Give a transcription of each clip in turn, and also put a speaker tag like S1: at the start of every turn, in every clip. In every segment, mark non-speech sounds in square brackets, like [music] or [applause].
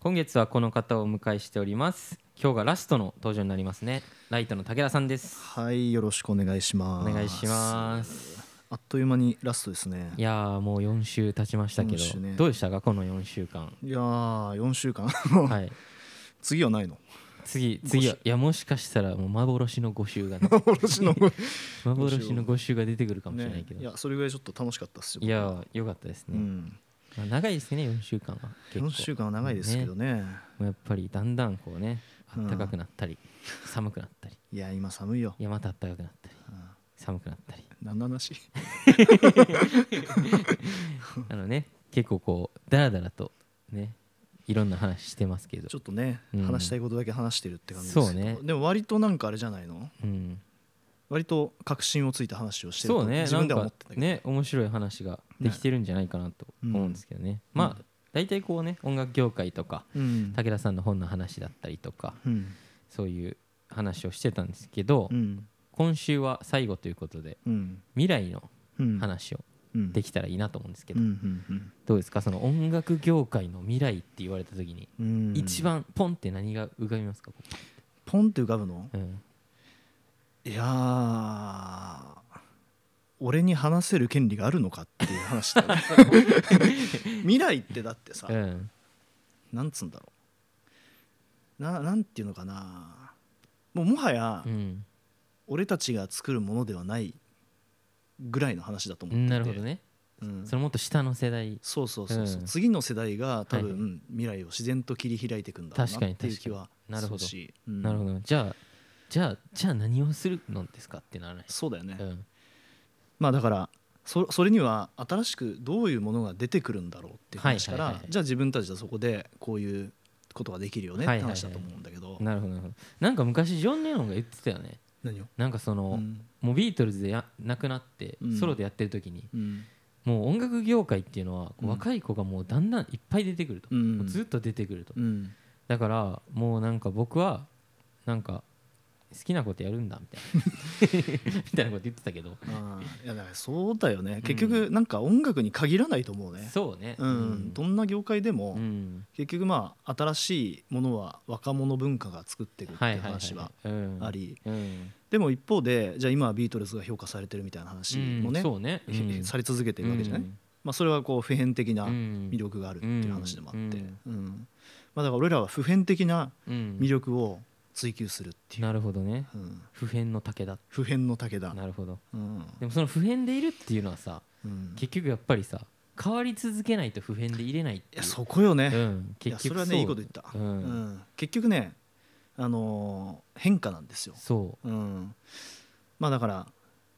S1: 今月はこの方をお迎えしております今日がラストの登場になりますねライトの武田さんです
S2: はい、よろしくお願いし
S1: お
S2: ます。
S1: 願いします
S2: あっという間にラストですね。
S1: いやーもう4週経ちましたけ
S2: 四週
S1: ど、
S2: ね
S1: どうでしたかこの4週間
S2: いやー、4週間。 [laughs] もう
S1: はい
S2: 次
S1: [laughs]
S2: はないの。
S1: 次次はいやもしかしたらもう幻の5週がね
S2: 幻の
S1: 幻の5週が出てくるかもしれない
S2: ね
S1: け。ど、
S2: いや、それぐらいちょっと楽しかったっすよ。
S1: いやーよかったです
S2: う
S1: ね、
S2: ん。
S1: まあ、長いですね4週間は結構
S2: 4週間は長いですけどね。
S1: もうやっぱりだんだんこうね
S2: うん
S1: 暖かくなったり、寒くなったり
S2: いや、今寒いよ。
S1: 山田暖かくなったり
S2: うん
S1: 寒くなったり
S2: 何の話 [laughs]
S1: あのね結構こうダラダラとねいろんな話してますけど
S2: ちょっとね、
S1: うん
S2: 話したいことだけ話してるって感じです
S1: そう
S2: け
S1: ね
S2: ど、でも割となんかあれじゃないの
S1: うん、
S2: 割と確信をついた話をしてる
S1: そ
S2: と
S1: うね
S2: 自
S1: な
S2: 分
S1: ん
S2: では思
S1: か
S2: ってたけど
S1: ね面白い話ができてるんじゃないかなと思うんですけどねまあ大体こうね音楽業界とか
S2: うん
S1: 武田さんの本の話だったりとか
S2: うん
S1: そういう話をしてたんですけど、
S2: うん
S1: 今週は最後ということで
S2: うん
S1: 未来の
S2: うん
S1: 話を
S2: うん
S1: できたらいいなと思うんですけ
S2: う
S1: ど、
S2: んうん
S1: どうですかその音楽業界の未来って言われた時に
S2: うんうん
S1: 一番ポンって何が浮かびますか、ここ
S2: ポンって浮かぶの
S1: うん、
S2: いやー俺に話せる権利があるのかっていう話だ
S1: [laughs]
S2: よね未来ってだってさ、
S1: うん
S2: なんつうんだろうななんていうのかなもうもはや
S1: うん
S2: 俺たちが作るものではないぐらいの話だと思ってて
S1: なるほどね、
S2: うん
S1: そのもっと下の世代
S2: そうそうそうそう、
S1: うん
S2: 次の世代が多分、
S1: はい
S2: うん未来を自然と切り開いていくんだろうなっていう気は
S1: 確かに確かになるほど
S2: すし、うん
S1: なるほどじゃあじゃあじゃあ何をするのですかってならない
S2: そうだよね、
S1: うん
S2: まあだからそそれには新しくどういうものが出てくるんだろうっていう話から、
S1: はいはいはいはい
S2: じゃあ自分たちはそこでこういうことができるよねっ
S1: はい
S2: て
S1: はいはい
S2: 話だと思うんだけど、
S1: なるほどなるほどなんか昔ジョン・レノンが言ってたよね
S2: 何を、
S1: なんかそうの、
S2: ん
S1: もうビートルズでやなくなって
S2: うん
S1: ソロでやってる時に、
S2: うん
S1: もう音楽業界っていうのはこう
S2: うん
S1: 若い子がもうだんだんいっぱい出てくると、
S2: うん
S1: もうずっと出てくると、
S2: うん
S1: だからもうなんか僕はなんか好きなことやるんだみたい
S2: [laughs]
S1: なみたいなこと言ってたけど、
S2: あーいやだからそうだよね結局なんか音楽に限らないと思うね、
S1: そうね
S2: うんどんな業界でも、
S1: うん
S2: 結局まあ新しいものは若者文化が作っていくって
S1: はいいうはいはい
S2: 話は
S1: うん
S2: あり、
S1: うん
S2: でも一方でじゃあ今はビートルズが評価されてるみたいな話も
S1: う
S2: ね
S1: ん、そうね、
S2: へされ続けていくわけじゃない、
S1: うん
S2: まあ、それはこう普遍的な、
S1: うん
S2: 魅力があるっていう話でもあって、
S1: う
S2: うんんまあ、だから俺らは普遍的な
S1: うん
S2: 魅力を追求するっていう、
S1: なるほどね
S2: うん
S1: 普遍の竹だ
S2: 普遍の武田、
S1: なるほど
S2: うん
S1: でもその普遍でいるっていうのはさ
S2: うん、い
S1: 結局やっぱりさ変わり続けないと普遍でいれないっていう
S2: やそこよね、
S1: うん
S2: いや
S1: 結
S2: そ
S1: 局
S2: れはねいいこと言った、
S1: う
S2: うん
S1: ん
S2: 結局ね、あのー変化なんですよ、
S1: そ
S2: うん、まあだから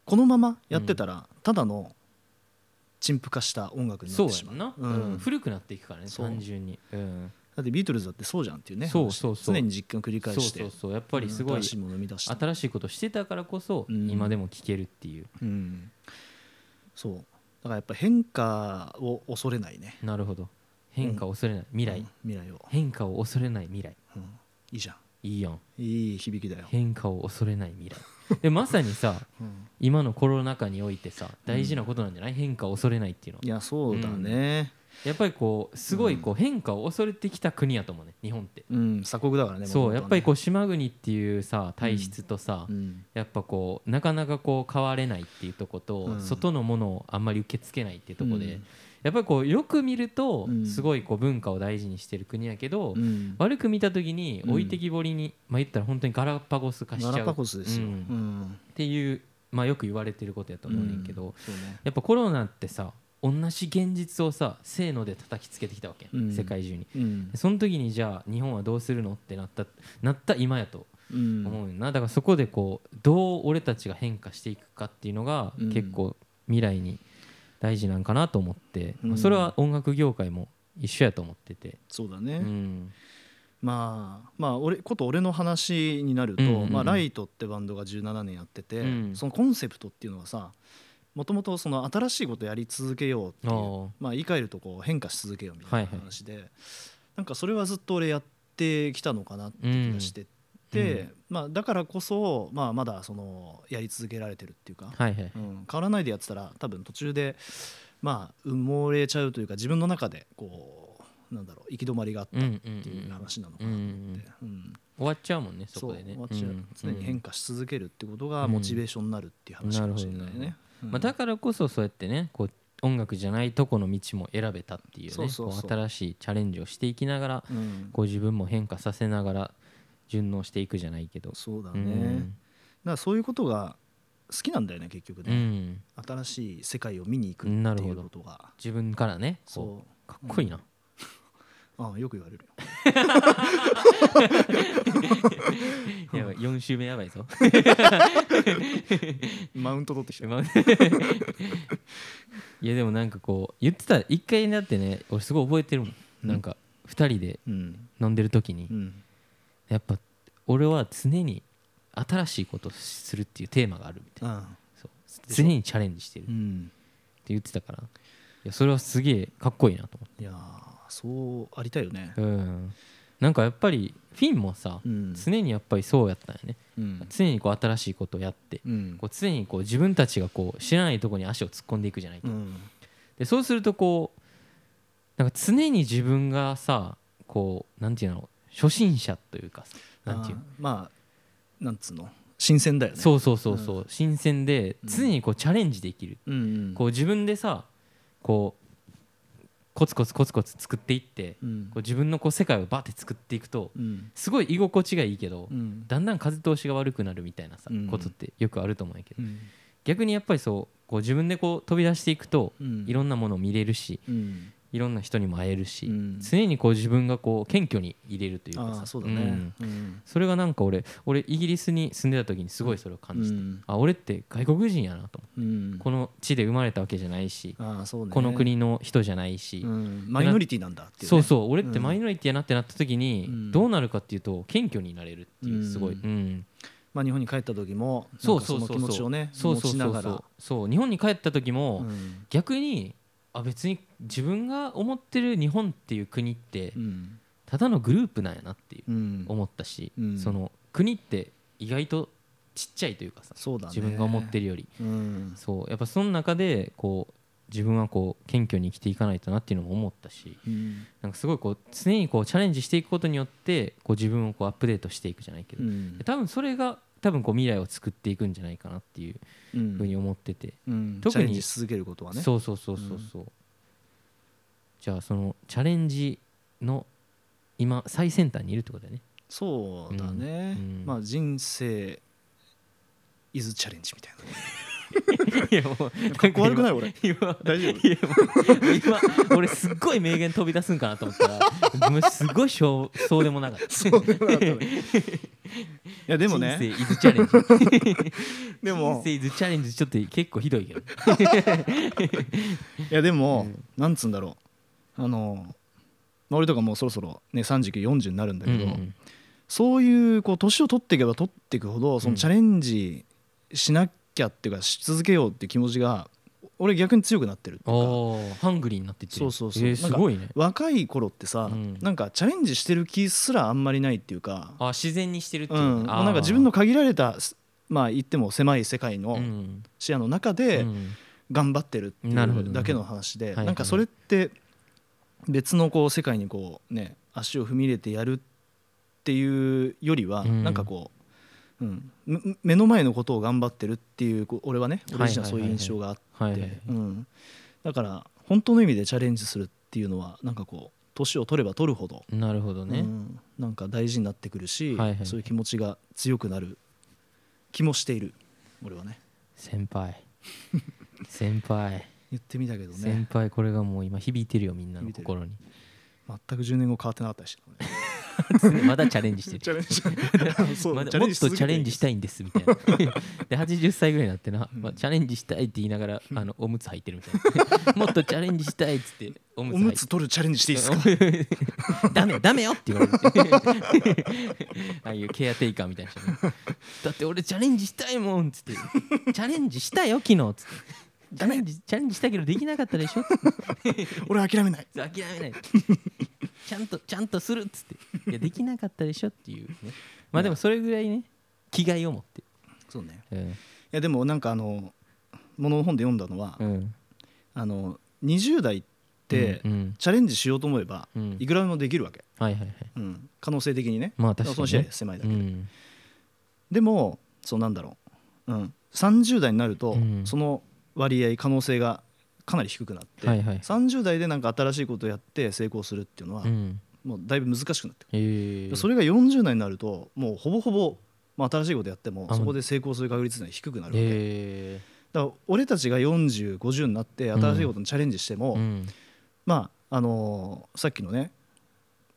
S2: このままやってたらただの陳腐化した音楽
S1: う
S2: にな
S1: そ
S2: っ
S1: う
S2: てしま
S1: や
S2: う,、
S1: んな
S2: うん
S1: うん古くなっていくからね
S2: そう
S1: 単純にうん
S2: だってビートルズだってそうじゃんっていうね
S1: そうそうそう
S2: 話常に実験を繰り返
S1: そう
S2: して
S1: そうそうやっぱりすご
S2: うん
S1: い
S2: 新しいものを生み出して
S1: 新しいことしてたからこそ
S2: うん
S1: 今でも聴けるっていう
S2: うん、そうだからやっぱ変化を恐れないね
S1: なるほど変化を恐れない未
S2: う
S1: 来
S2: ん未来を、
S1: 変化を恐れない未来
S2: うん、いいじゃん
S1: いいやん
S2: いい響きだよ、
S1: [laughs] 変化を恐れない未来でまさにさ
S2: うん
S1: 今のコロナ禍においてさ大事なことなんじゃない変化を恐れないっていうのはい
S2: やそうだね
S1: やっぱりこうすごいこう変化を恐れてきた国やと思うね日本って
S2: うん、鎖国だからね
S1: そうやっぱりこ
S2: う、
S1: う島国っていうさ体質とさ
S2: うん
S1: やっぱこうなかなかこう変われないっていうとこと、
S2: うん
S1: 外のものをあんまり受け付けないっていうとこで、
S2: うん
S1: やっぱりこうよく見ると
S2: うん
S1: すごいこう文化を大事にしてる国やけど、
S2: うん、
S1: 悪く見た時に置いてきぼりに、まあ言ったら本当にガラパゴス化しちゃ
S2: ガ
S1: う
S2: ラパゴスですよ、
S1: う
S2: うん
S1: っ
S2: ん
S1: ていう、まあ、よく言われてることやと思うねんけど、
S2: うんそうね
S1: やっぱコロナってさ同じ現実をさせーので叩きつけてきたわけ、
S2: うん
S1: 世界中に
S2: うん
S1: その時にじゃあ日本はどうするのってなったなった今やと
S2: うん
S1: 思うよな、だからそこでこうどう俺たちが変化していくかっていうのが
S2: うん
S1: 結構未来に大事なんかなと思って、
S2: うん
S1: まあそれは音楽業界も一緒やと思ってて、
S2: そうだね、
S1: うん、
S2: まあまあ俺こと俺の話になると、
S1: うんうんうん
S2: まあ、ライトってバンドが17年やってて、
S1: うん
S2: そのコンセプトっていうのはさもともとその新しいことやり続けようってい
S1: あ
S2: う
S1: ー
S2: まあ、言い換えるとこう変化し続けようみたいな
S1: はいはい
S2: 話で、なんかそれはずっと俺やってきたのかなって気がしてて、
S1: うんう
S2: まあ、だからこそ、まあ、まだそのやり続けられてるっていうか、
S1: はいはい
S2: うん、変わらないでやってたら多分途中でまあ埋もれちゃうというか自分の中でこうなんだろう行き止まりがあった
S1: う
S2: っ
S1: んうん
S2: ていう
S1: うん
S2: 話なのかなと思
S1: うんうんう
S2: っ
S1: ん
S2: て、うん
S1: 終わっちゃうもんねそ
S2: そ
S1: こ
S2: う
S1: でね
S2: 終わっちゃう
S1: うん
S2: 常に変化し続けるってことが
S1: うん
S2: モチベーションになるっていう話かもしれない
S1: なるほどなる
S2: ね。うん
S1: まあ、だからこそそうやってねこう音楽じゃないとこの道も選べたっていうね
S2: そうそうそう
S1: こう新しいチャレンジをしていきながら
S2: うん
S1: こう自分も変化させながら順応していくじゃないけど
S2: そうだ
S1: う
S2: ね、だからそういうことが好きなんだよね結局
S1: ん、う
S2: ね、
S1: ん、
S2: 新しい世界を見に行く
S1: な
S2: っ
S1: る
S2: てい
S1: ほ
S2: う
S1: ど
S2: ことが
S1: 自分からねこ
S2: そう
S1: かっこいいな、
S2: うああよく言われ
S1: [laughs]
S2: るよ
S1: やばい4周目やばいぞ
S2: マウント取ってき
S1: う
S2: た
S1: まい [laughs] いやでもなんかこう言ってた一回だってね俺すごい覚えてるもん、
S2: うん
S1: なんか2人で
S2: うん
S1: 飲んでる時に、
S2: うん
S1: やっぱ俺は常に新しいことをするっていうテーマがあるみたいな
S2: あ
S1: そう常にチャレンジしてるっ
S2: う
S1: て
S2: ん
S1: 言ってたからいやそれはすげえかっこいいなと思
S2: いやーそうありたいよね
S1: って、うん、なんかやっぱりフィンもさ、
S2: うん
S1: 常にやっぱりそうやったんやね、
S2: うん
S1: 常にこう新しいことをやって、
S2: うん
S1: こう常にこう自分たちがこう知らないところに足を突っ込んでいくじゃないか、
S2: うん
S1: でそうするとこうなんか常に自分がさこうなんていうの初心者というかさなんていうの
S2: ああまあなんつうの新鮮だよね
S1: そうそうそうそう、新鮮で
S2: うん
S1: 常にこうチャレンジできる、
S2: うんうん
S1: こう自分でさこうコツコツコツコツ作っていって、
S2: うん
S1: こう自分のこう世界をバーって作っていくと
S2: うん
S1: すごい居心地がいいけど、
S2: うん
S1: だんだん風通しが悪くなるみたいなさ、
S2: うん
S1: ことってよくあると思うんやけど
S2: うん
S1: 逆にやっぱりそうこう自分でこう飛び出していくと、
S2: うん
S1: いろんなものを見れるし
S2: うん
S1: いろんな人にも会えるし、
S2: うん
S1: 常にこう自分がこう謙虚に入れるというか
S2: あ
S1: さ
S2: あそうだ
S1: うん
S2: ねうん
S1: それがなんか俺俺イギリスに住んでた時にすごいそれを感じて、
S2: うん
S1: あ俺って外国人やなと思って
S2: うん
S1: この地で生まれたわけじゃないし、
S2: ああそうね
S1: この国の人じゃないし、
S2: うんマイノリティなんだっていうね
S1: そうそう俺って
S2: うん
S1: マイノリティやなってなった時に、
S2: うん
S1: どうなるかっていうと謙虚になれるっていうすごい、
S2: う
S1: う
S2: ん
S1: ん
S2: まあ日本に帰った時もな
S1: そ
S2: ん
S1: う
S2: か
S1: そ
S2: そうの
S1: そ
S2: 気
S1: う
S2: 持ち
S1: そ
S2: を
S1: う
S2: ね
S1: そうそう
S2: 持ち
S1: そ
S2: な
S1: う
S2: が
S1: そう
S2: ら
S1: そう日本に帰った時も、
S2: うん
S1: 逆にあ別に自分が思ってる日本っていう国って、
S2: うん
S1: ただのグループなんやなっていう
S2: うん
S1: 思ったし、
S2: うん
S1: その国って意外とちっちゃいというかさ
S2: そうだね
S1: 自分が思ってるより
S2: うん
S1: そうやっぱその中でこう自分はこう謙虚に生きていかないとなっていうのも思ったし
S2: うん
S1: なんかすごいこう常にこうチャレンジしていくことによってこう自分をこうアップデートしていくじゃないけど、
S2: うん
S1: 多分それが多分こう未来を作っていくんじゃないかなっていうふうに思ってて、
S2: うん
S1: 特に
S2: チャレンジし続けることはね
S1: そうそうそうそうそう、じゃあそのチャレンジの今最先端にいるってことだよね
S2: そうだね、
S1: うん
S2: まあ人生 is チャレンジみたい [laughs] な
S1: [laughs] いやもう
S2: かっこ悪くない [laughs] 俺
S1: 今
S2: 大丈夫
S1: いやもう今俺すっごい名言飛び出すんかなと思ったらもうすごいしょうそうでもなかった
S2: [laughs] そうでもなかったねいやでもね
S1: 人生イズチャレンジ
S2: で
S1: 人
S2: も
S1: 生イズチャレンジちょっと結構ひどいけど
S2: いやでも、なんつうんだろうあのまあ俺とかもうそろそろね3940になるんだけど、
S1: うん
S2: そういうこう年を取っていけば取っていくほどそのチャレンジしなきゃっていうかし続けようっていう気持ちが俺逆に強くなってるって
S1: お
S2: いう
S1: お
S2: か
S1: ハングリーになっていってる
S2: そうそうそう
S1: えーすごいね
S2: 若い頃ってさ、
S1: うん
S2: なんかチャレンジしてる気すらあんまりないっていうか
S1: あ自然にしてるっていううね、
S2: ん、
S1: あー
S2: なんか自分の限られたすまあ言っても狭い世界
S1: う
S2: の
S1: ん
S2: 視野の中
S1: う
S2: で
S1: ん
S2: 頑張ってるってい
S1: なるほど
S2: うだけの話で、
S1: はいはい
S2: なんかそれって別のこう世界にこうね足を踏み入れてやるっていうよりは、
S1: うん
S2: なんかこう、うん、む目の前のことを頑張ってるっていうこう俺はね俺自身はそういう印象があって、
S1: はいはいはい
S2: うん、だから本当の意味でチャレンジするっていうのはなんかこう年を取れば取るほど
S1: なるほど
S2: う
S1: ね、
S2: ん、なんか大事になってくるし、
S1: はいはい
S2: そういう気持ちが強くなる気もしている俺はね
S1: 先
S2: [laughs]
S1: 輩先輩
S2: 言ってみたけど
S1: 先
S2: ね
S1: 輩これがもう今響いてるよみんなの心に
S2: 全く10年後変わってなかったりしてた [laughs] ね
S1: ま [laughs] だチャレンジしてる
S2: チャレンジ [laughs] そう
S1: まだもっとチャレンジした
S2: い
S1: いんですみたいなで80歳ぐらいになってな、
S2: うん
S1: まあ、チャレンジしたいって言いながらあのおむつ履いてるみたいな
S2: [laughs]
S1: もっとチャレンジしたいっつっておむ
S2: おむ
S1: つ
S2: つ取るチャレンジしてい
S1: [laughs]
S2: いですか
S1: 履いて [laughs] ダメダメよって言われて [laughs] ああいうケアテイカーみたいな人ねだって俺チャレンジしたいもんっつってチャレンジしたよ昨日っつってチャレンジチャレンジしたけどできなかったでしょっつって
S2: 俺諦めない
S1: 諦めない [laughs] ちゃんとちゃんとするっつっていやできなかったでしょっていうねまあでもそれぐらいね気概を持って
S2: そうね
S1: うん
S2: いやでもなんかあのものの本で読んだのは、
S1: うん
S2: あの20代って、
S1: うん
S2: チャレンジしようと思えば
S1: うんうん
S2: いくらでもできるわけ、
S1: はいはいはい
S2: うん、可能性的にね
S1: まあ確
S2: そ
S1: か
S2: の
S1: に
S2: 視野
S1: ね
S2: が狭いだ
S1: う
S2: け、
S1: ん
S2: でもそうなんだろう、うん、30代になると、
S1: うん
S2: その割合可能性がかなり低くなって、
S1: はいはい
S2: 30代でなんか新しいことをやって成功するっていうのは、
S1: うん
S2: もうだいぶ難しくなってくる
S1: えー
S2: それが40代になるともうほぼほぼ、まあ、新しいことやっても
S1: あ
S2: そこで成功する確率が低くなるわけ、
S1: え
S2: だから俺たちが4050になって新しいことにチャレンジしても、
S1: ーうん
S2: まああのーさっきのね、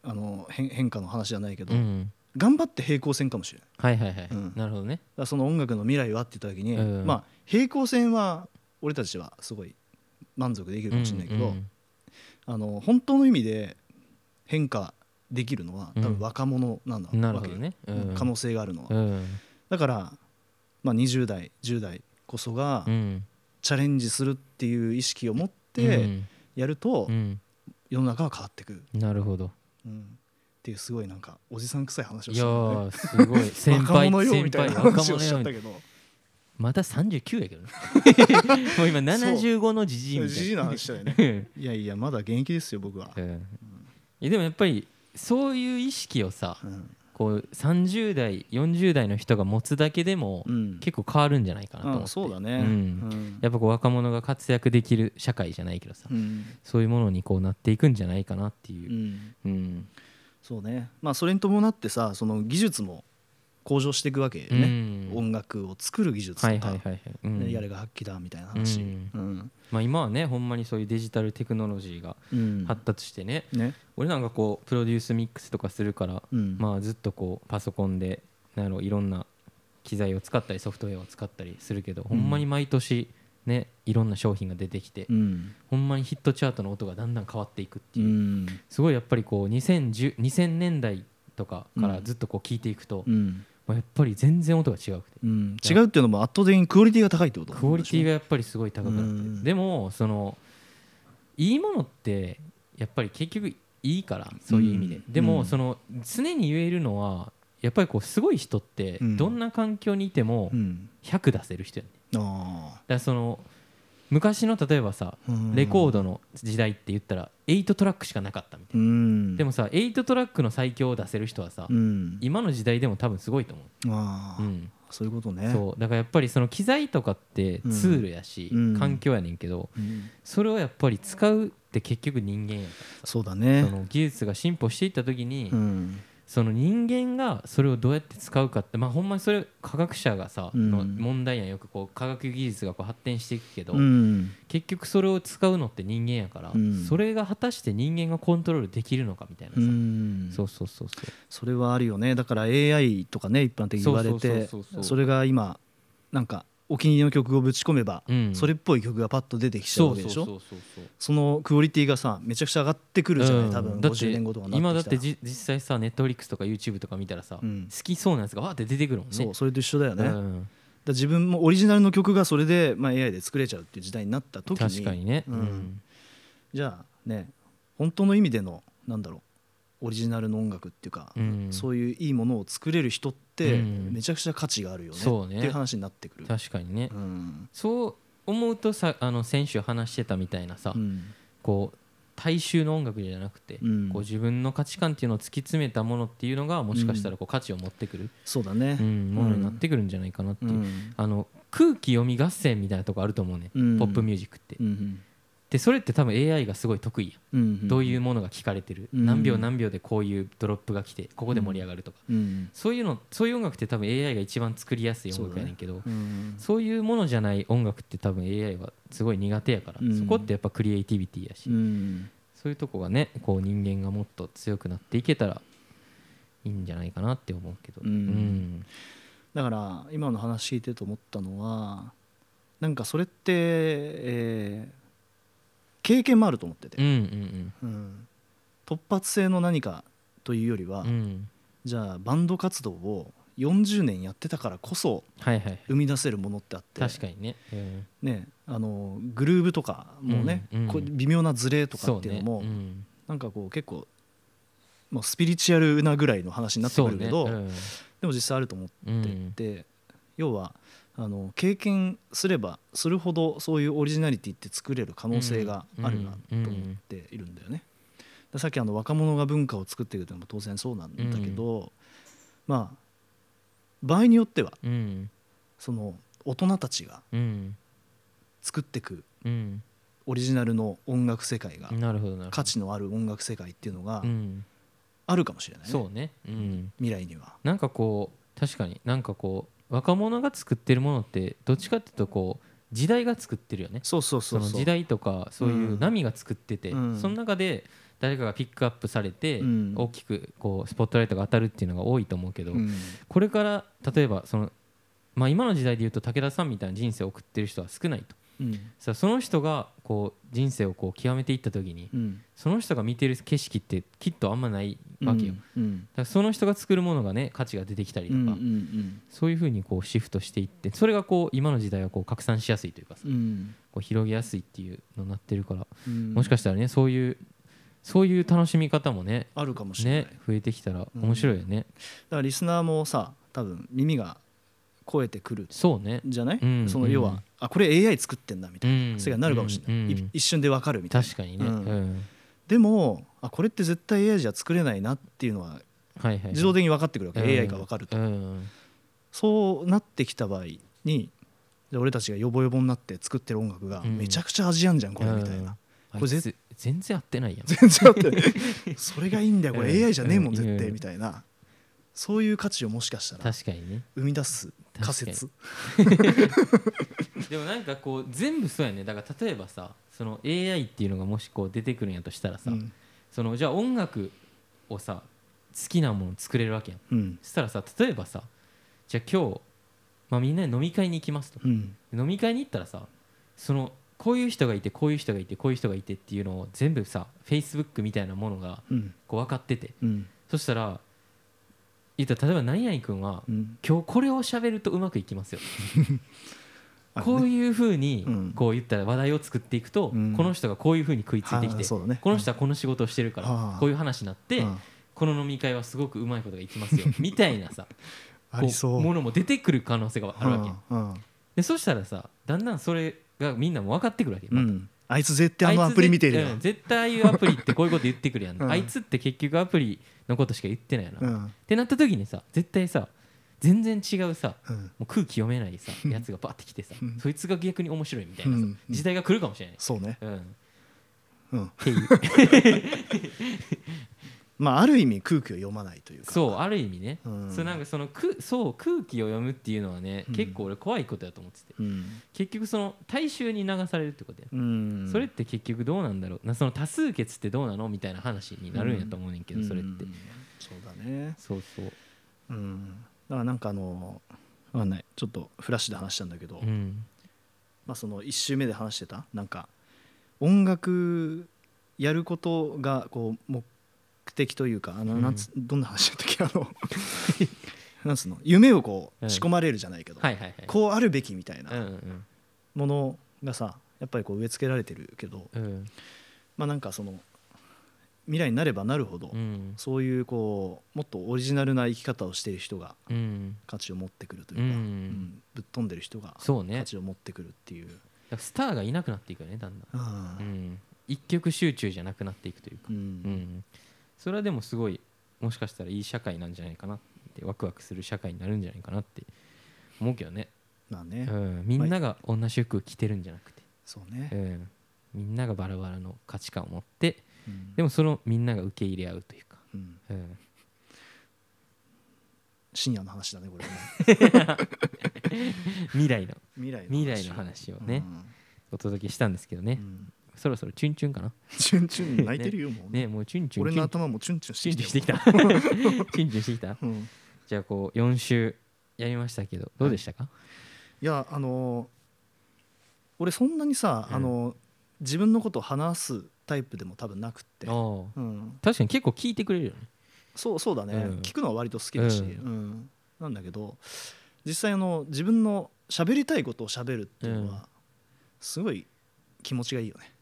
S2: あのー変変化の話じゃないけど、
S1: うん
S2: 頑張って平行線かもしれないだか
S1: はいはいはい
S2: うん
S1: なるほどね
S2: らその音楽の未来はって言った時に、
S1: うん
S2: まあ平行線は俺たちはすごい満足できるかもしれないけど、
S1: うんうん
S2: あのー本当の意味で変化できるのは多分若者なんだ、
S1: なるほどね
S2: わけよ
S1: うん
S2: 可能性があるのは。
S1: うん
S2: だから、まあ、20代10代こそが
S1: うん
S2: チャレンジするっていう意識を持っ
S1: う
S2: て
S1: ん
S2: やると
S1: うん
S2: 世の中は変わってくる、
S1: なるほど
S2: うん、っていうすごいなんかおじさん臭い話を
S1: い
S2: し
S1: や
S2: たね
S1: ーすごい
S2: [laughs]
S1: 先輩
S2: 若者よ
S1: 先
S2: みたい
S1: 輩
S2: な
S1: 若
S2: 話
S1: 者
S2: をしちゃ
S1: よ
S2: った
S1: みたい
S2: けど
S1: また39やけどね
S2: [laughs]
S1: もう今75のじじいみたいな
S2: じじいの話だよね
S1: [laughs] うん
S2: いやいやまだ現役ですよ僕は
S1: う、んいやでもやっぱりそういう意識をさ
S2: うん
S1: こう30代40代の人が持つだけでも
S2: うん
S1: 結構変わるんじゃないかなと思っ
S2: あ
S1: て
S2: そうだね、
S1: うん
S2: うん
S1: やっぱこう若者が活躍できる社会じゃないけどさ
S2: うん
S1: そういうものにこうなっていくんじゃないかなって
S2: う
S1: いうんうん
S2: そうねまあそれに伴ってさその技術も向上していくわけよね、
S1: うん
S2: 音楽を作る技術とか、
S1: はいはいはいはいうん
S2: ねやれが発揮だみたいな話、
S1: うん
S2: うん
S1: まあ今はねほんまにそういうデジタルテクノロジーが
S2: うん
S1: 発達してね
S2: ね、
S1: 俺なんかこうプロデュースミックスとかするから
S2: うん
S1: まあずっとこうパソコンでなんやろいろんな機材を使ったりソフトウェアを使ったりするけど、ほんまに毎年ねいろんな商品が出てきて、
S2: うん
S1: ほんまにヒットチャートの音がだんだん変わっていくって
S2: う
S1: いう、
S2: ん
S1: すごいやっぱりこう2010 2000年代とかから
S2: うん
S1: ずっとこう聞いていくと、
S2: うん
S1: まあやっぱり全然音が違うくて
S2: うん違うっていうのも圧倒的にクオリティが高いってこと
S1: クオリティが
S2: が
S1: やっぱりすごい高くなって、
S2: うん
S1: でもそのいいものってやっぱり結局いいからそういう意味で、
S2: うん
S1: で
S2: う
S1: も
S2: ん
S1: その常に言えるのはやっぱりこうすごい人って
S2: うん
S1: どんな環境にいても
S2: うん
S1: 100出せる人やねだか
S2: あ
S1: らその昔の例えばさ
S2: あ
S1: レコー
S2: ド
S1: ドの時代って言ったら8トラックしかなかったみたい
S2: うん
S1: なでもさ8トラックの最強を出せる人はさ
S2: うん
S1: 今の時代でも多分すごいと思
S2: あ
S1: う、う
S2: あ
S1: ん、
S2: そういうことね
S1: そうだからやっぱりその機材とかってツールやし
S2: うん
S1: 環境やねんけど
S2: うん
S1: それをやっぱり使うって結局人間やか
S2: そうだ
S1: らそ
S2: ね
S1: の技術が進歩していった時に
S2: うん
S1: その人間がそれをどうやって使うかってまあほんまにそれ科学者がさ
S2: うん
S1: の問題やんよくこう科学技術がこう発展していくけど
S2: うん
S1: 結局それを使うのって人間やから
S2: うん
S1: それが果たして人間がコントロールできるのかみたいな
S2: う
S1: さ
S2: ん
S1: そうそうそうそう
S2: それはあるよねだから AI とかね一般的に言われて
S1: そうそうそうそう
S2: それが今なんかお気に入りの曲をぶち込めば
S1: うん
S2: それっぽい曲がパッと出てきちゃ
S1: そ
S2: うわ
S1: う
S2: け
S1: そう
S2: でし
S1: そ
S2: ょ
S1: うそうそう
S2: そのクオリティがさめちゃくちゃ上がってくるじゃない、
S1: うん
S2: 多分
S1: だって
S2: 50年後とかにな
S1: 今
S2: っ
S1: だ
S2: て
S1: っ
S2: きたら
S1: てじ実際さネットフリックスとか YouTube とか見たらさ、
S2: うん
S1: 好きそうなやつがわーって出てくるもんね
S2: そうそれと一緒だよね、だ
S1: う
S2: か
S1: ん
S2: ら自分もオリジナルの曲がそれで、まあ、AI で作れちゃうっていう時代になった時に
S1: 確かにね、
S2: う
S1: うんん
S2: じゃあね本当の意味でのなんだろうオリジナルの音楽っていうか、
S1: うん
S2: そういういいものを作れる人って
S1: うん
S2: めちゃくちゃ価値があるよね,、
S1: そうね
S2: っていう話になってくる。
S1: 確かにね、
S2: うん
S1: そう思うとさあの先週話してたみたいなさ、
S2: うん
S1: こう大衆の音楽じゃなくて、
S2: うん
S1: こう自分の価値観っていうのを突き詰めたものっていうのがもしかしたらこう価値を持ってくる、
S2: そうだね
S1: う、んものになってくるんじゃないかなっていう、
S2: うん
S1: あの空気読み合戦みたいなとこあると思うね、
S2: うん
S1: ポップミュージックって、
S2: うん
S1: でそれって多分 AI がすごい得意やん
S2: うん
S1: どういうものが聞かれてる、
S2: うん
S1: 何秒何秒でこういうドロップが来てここで盛り上がるとか、
S2: うん
S1: そういうのそういう音楽って多分 AI が一番作りやすい音楽やねんけどそう,、
S2: うん
S1: いうものじゃない音楽って多分 AI はすごい苦手やから、
S2: うん
S1: そこってやっぱクリエイティビティやし、
S2: うん
S1: そういうとこがねこう人間がもっと強くなっていけたらいいんじゃないかなって思うけど、
S2: うんだから今の話聞いてと思ったのはなんかそれって、えー経験もあると思って
S1: うんう
S2: て、
S1: ん
S2: うん突発性の何かというよりは、
S1: うんうん
S2: じゃあバンド活動を40年やってたからこそ
S1: はいはい
S2: 生み出せるものってあって
S1: 確かにね、うん
S2: ね、あのグルーブとかもね、
S1: うんうん
S2: こう微妙なズレとか
S1: そ
S2: っ
S1: う
S2: ていう
S1: ね
S2: のも
S1: うん
S2: なんかこう結構、まあ、スピリチュアルなぐらいの話になってくるけど、
S1: そうね
S2: でも実際あると思って
S1: うんうん
S2: て、要はあの経験すればするほどそういうオリジナリティって作れる可能性があるなと思っているんだよね。でさっきあの若者が文化を作っていくというのも当然そうなんだけど、まあ場合によっては
S1: うん
S2: その大人たちが
S1: うん
S2: 作っていく
S1: うん
S2: オリジナルの音楽世界が
S1: なるほどなるほど
S2: 価値のある音楽世界っていうのが
S1: うん
S2: あるかもしれないね、
S1: そうねうん
S2: 未来には。
S1: なんかこう確かになんかこう若者が作ってるものってどっちかっていうとこう時代が作ってるよね
S2: そうそうそ
S1: そうの
S2: そう
S1: 時代とかそういううん波が作ってて、
S2: うん
S1: その中で誰かがピックアップされて
S2: うん
S1: 大きくこうスポットライトが当たるっていうのが多いと思うけど、
S2: うん
S1: これから例えばその、まあ、今の時代で言うと武田さんみたいな人生を送ってる人は少ないと
S2: うん
S1: さあその人がこう人生をこう極めていった時に
S2: うん
S1: その人が見てる景色ってきっとあんまないわけよ、だ
S2: うん
S1: からその人が作るものがね価値が出てきたり
S2: う
S1: と
S2: ん
S1: か、
S2: うん
S1: そういうふうにこうシフトしていってそれがこう今の時代はこう拡散しやすいというかさ
S2: うん
S1: こう広げやすいっていうのになってるから
S2: うん
S1: もしかしたらねそういうそういう楽しみ方もね
S2: あるかもしれない、
S1: ね増えてきたら面白いよね、
S2: だからリスナーもさ多分耳が超えてくるん
S1: そうね
S2: じゃない、
S1: うん
S2: その要は、
S1: うん
S2: あこれ AI 作ってんだみた
S1: う
S2: いな、
S1: ん
S2: 世界になるかもしれない、
S1: うん
S2: い一瞬でわかるみたいな
S1: 確かにね、う
S2: うんんでもあこれって絶対 AI じゃ作れないなっていうのは
S1: はいはい
S2: 自動的に分かってくるわけ、
S1: うん
S2: AI が分かると、
S1: うん
S2: そうなってきた場合にじゃあ俺たちがヨボヨボになって作ってる音楽が
S1: うん
S2: めちゃくちゃアジアンじゃんこれみたいな、
S1: うん
S2: これぜ
S1: あいつ全然合ってないやん
S2: 全然合ってない
S1: [laughs]
S2: それがいいんだよこ
S1: う
S2: れ
S1: ん
S2: AI じゃねえもん
S1: うん
S2: 絶
S1: う
S2: 対
S1: ん
S2: みたいなそういう価値をもしかしたら
S1: 確かにね
S2: 生み出す仮説
S1: でもなんかこう全部そうやねだから例えばさその AI っていうのがもしこう出てくるんやとしたらさ、
S2: うん
S1: そのじゃあ音楽をさ好きなもの作れるわけやん
S2: うん
S1: そしたらさ例えばさじゃあ今日、まあ、みんなで飲み会に行きますと
S2: うん
S1: 飲み会に行ったらさそのこういう人がいてこういう人がいてこういう人がいてっていうのを全部さ Facebook みたいなものが
S2: うん
S1: こう分かってて
S2: うん
S1: そしたら言ったら例えば何々君は
S2: うん
S1: 今日これを喋るとうまくいきますよ
S2: あ
S1: こ
S2: の
S1: う
S2: ね
S1: いうふうに
S2: うん
S1: こう言ったら話題を作っていくと、
S2: うん
S1: この人がこういうふうに食いついてき
S2: あー
S1: て、
S2: そうだね
S1: この人はこの仕事をしてるから、
S2: あー
S1: こういう話になって、
S2: うん
S1: この飲み会はすごくうまいことがいき
S2: [laughs]
S1: ますよみたいなさ
S2: あ
S1: こ
S2: りそう
S1: うものも出てくる可能性があるわけ、
S2: うん
S1: でそしたらさだんだんそれがみんなも分かってくるわけ、
S2: う
S1: また
S2: んあいつ絶対あのアプリ見てる
S1: あいつ
S2: よ
S1: うん絶対ああいうアプリってこういうこと言ってくるやん、
S2: うん
S1: あいつって結局アプリのことしか言ってないよな、
S2: う
S1: っ
S2: ん
S1: てなった時にさ絶対さ全然違うさ
S2: うん
S1: もう空気読めないさやつがバッて来てさ、
S2: うん
S1: そいつが逆に面白いみたいなさ、
S2: うん
S1: 時代が来るかもしれない、
S2: そうね
S1: うん、っ
S2: うん
S1: ていう
S2: [laughs] まあある意味空気を読まないというか
S1: そうある意味ね、
S2: うん
S1: そうなんかそのくそう空気を読むっていうのはね、
S2: うん
S1: 結構俺怖いことだと思ってて
S2: うん
S1: 結局その大衆に流されるってことや、
S2: うん
S1: それって結局どうなんだろうなその多数決ってどうなのみたいな話になるんやと思うねんけど、それっ
S2: う
S1: て
S2: んそうだね
S1: そうそう
S2: うんだからなんかあのわかんないちょっとフラッシュで話したんだけど、
S1: うん
S2: まあ、その1周目で話してたなんか音楽やることがこう目的というかあの
S1: うん
S2: なんつ、どんな話だったっけあの [laughs] なんつうの夢をこ
S1: うん
S2: う仕込まれるじゃないけど、
S1: はいはいはい
S2: こうあるべきみたい
S1: うん
S2: なものがさやっぱりこう植え付けられてるけど、
S1: うんうん
S2: まあ、なんかその未来になればなるほど、
S1: うん
S2: そういうこうもっとオリジナルな生き方をしている人が
S1: うん
S2: 価値を持ってくるというか、
S1: うん
S2: うんぶっ飛んでる人が
S1: そうね
S2: 価値を持ってくるっていう。
S1: だからスターがいなくなっていくよねだんだん
S2: うん
S1: うん、一極集中じゃなくなっていくというか、
S2: う
S1: うんん、それはでもすごいもしかしたらいい社会なんじゃないかなってワクワクする社会になるんじゃないかなって思うけどね、
S2: まあ
S1: う
S2: ね、
S1: ん、みんなが同じ服着てるんじゃなくて、
S2: そうね
S1: う、ん、みんながバラバラの価値観を持って
S2: うん
S1: でもそのみんなが受け入れ合うというか、
S2: うん
S1: うん、
S2: 深夜の話だね
S1: [laughs]
S2: これね
S1: 未来の
S2: 未来
S1: 未来の話をね、お届けしたんですけど
S2: う
S1: ね、
S2: ん
S1: そろそろチュンチュンかな、
S2: チュンチュン泣いてるよもうね
S1: ねもうチュンチュン
S2: 俺
S1: チュ
S2: の
S1: ン
S2: 頭もチュンチュン
S1: チュンチュンし
S2: して
S1: き
S2: てき
S1: たチ
S2: た [laughs]
S1: ュンチュンしてきた
S2: うん
S1: じゃあこう4週やりましたけどどうでしたか、
S2: いやあのー俺そんなにさ
S1: うん
S2: あのー自分のことを話すタイプでも多分なくって
S1: おう
S2: うん
S1: 確かに結構聞いてくれるよね
S2: そうそうだね
S1: うん
S2: 聞くのは割と好きだし
S1: う
S2: うんんなんだけど実際あの自分の喋りたいことを喋るっていうの
S1: うん
S2: はすごい気持ちがいいよ
S1: [laughs]
S2: ね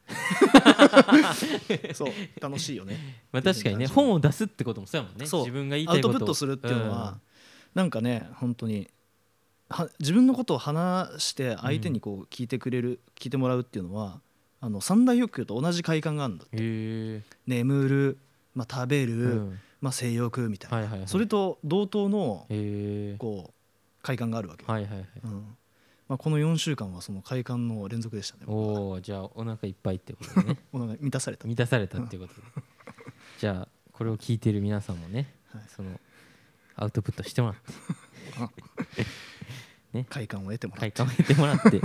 S2: そう楽しいよね
S1: まあ確かにね
S2: っていう感じ
S1: 本を出すってこともそうやもんね
S2: そう
S1: 自分が言い
S2: ア
S1: た
S2: ウ
S1: いこ
S2: ト
S1: と
S2: プットするっていうのは、なんかね本当には自分のことを話して相手にこう聞いてくれる、聞いてもらうっていうのはあの三大欲求と同じ快感があるんだ
S1: へえ
S2: 眠る、まあ、食べる、
S1: うん
S2: まあ、性欲みたいな、
S1: はいはいはい
S2: それと同等の
S1: へえ
S2: こう快感があるわけ、
S1: はいはいはい
S2: うんまあ、この4週間はその快感の連続でしたね僕は
S1: おおじゃあお腹いっぱいってことでね
S2: お腹満たされた、
S1: 満たされたってことでじゃあこれを聞いてる皆さんもね
S2: はい
S1: そのアウトプットしてもらって
S2: 快感を得てもらう
S1: 快感を得てもらって
S2: [laughs]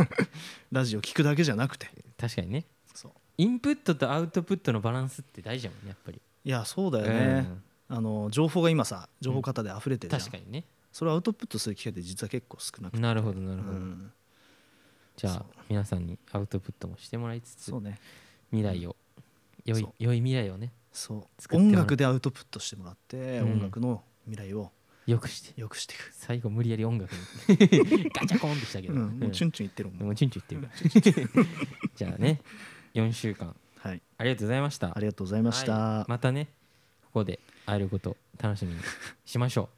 S2: ラジオ聞くだけじゃなくて
S1: 確かにね
S2: そう
S1: インプットとアウトプットのバランスって大事だもんねやっぱり
S2: いやそうだよね、あの情報が今さ情報型で溢れて
S1: うん
S2: るじゃん、
S1: 確かにね
S2: それをアウトプットする機会って実は結構少なくて、
S1: なるほどな
S2: う
S1: るほど
S2: ん、
S1: じゃ
S2: そ
S1: あ皆さんにアウトプットもしてもらいつつ
S2: そうね
S1: 未来を良い
S2: そう
S1: 良い未来をね
S2: そ
S1: 作
S2: う
S1: っても
S2: 音
S1: らう
S2: 楽でアウトプットしてもらって、
S1: うん
S2: 音楽の未来を
S1: 良くして
S2: 良くしていく、
S1: 最後無理やり音楽
S2: [laughs]
S1: にガチャコンってしたけ
S2: う
S1: ど
S2: んもうチュ
S1: ン
S2: ンチュンいってるもん、
S1: もうチュン [laughs] チュン言ってるからじゃあね4週間
S2: はい
S1: ありがとうございました
S2: ありがとうございました、
S1: はいまたねここで会えることを楽しみにしましょ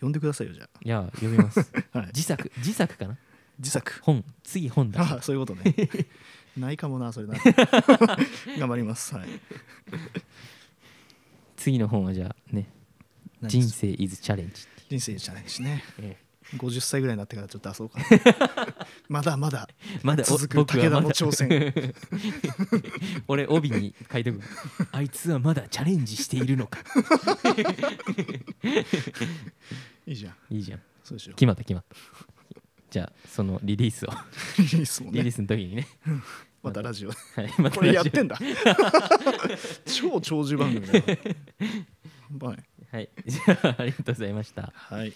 S2: 呼んでくださいよじゃ
S1: ういや呼びます
S2: あ、 [laughs] はい、
S1: 自作自作かな
S2: 自作
S1: 本次本だ
S2: ああそういうことねないかもなそれな頑張りますはい
S1: 次の本はじゃあね「人生 is チャレンジって
S2: 人生じゃないしね
S1: いう」
S2: 50歳ぐらいになってからちょっと出そうかな
S1: [laughs]
S2: まだまだ
S1: まだお
S2: 続く武田の挑戦
S1: [laughs] 俺帯に書いてくあいつはまだチャレンジしているのか
S2: いいじゃん
S1: いいじゃん
S2: そうしよう
S1: 決まった決まったじゃあそのリリースを
S2: リリースも
S1: リリー
S2: ね
S1: スの時にね、
S2: またラジオ
S1: はい、また
S2: これやっ
S1: 来週
S2: てんだ
S1: [laughs]
S2: 超長寿番組だなやばい
S1: はいじゃあありがとうございました
S2: はい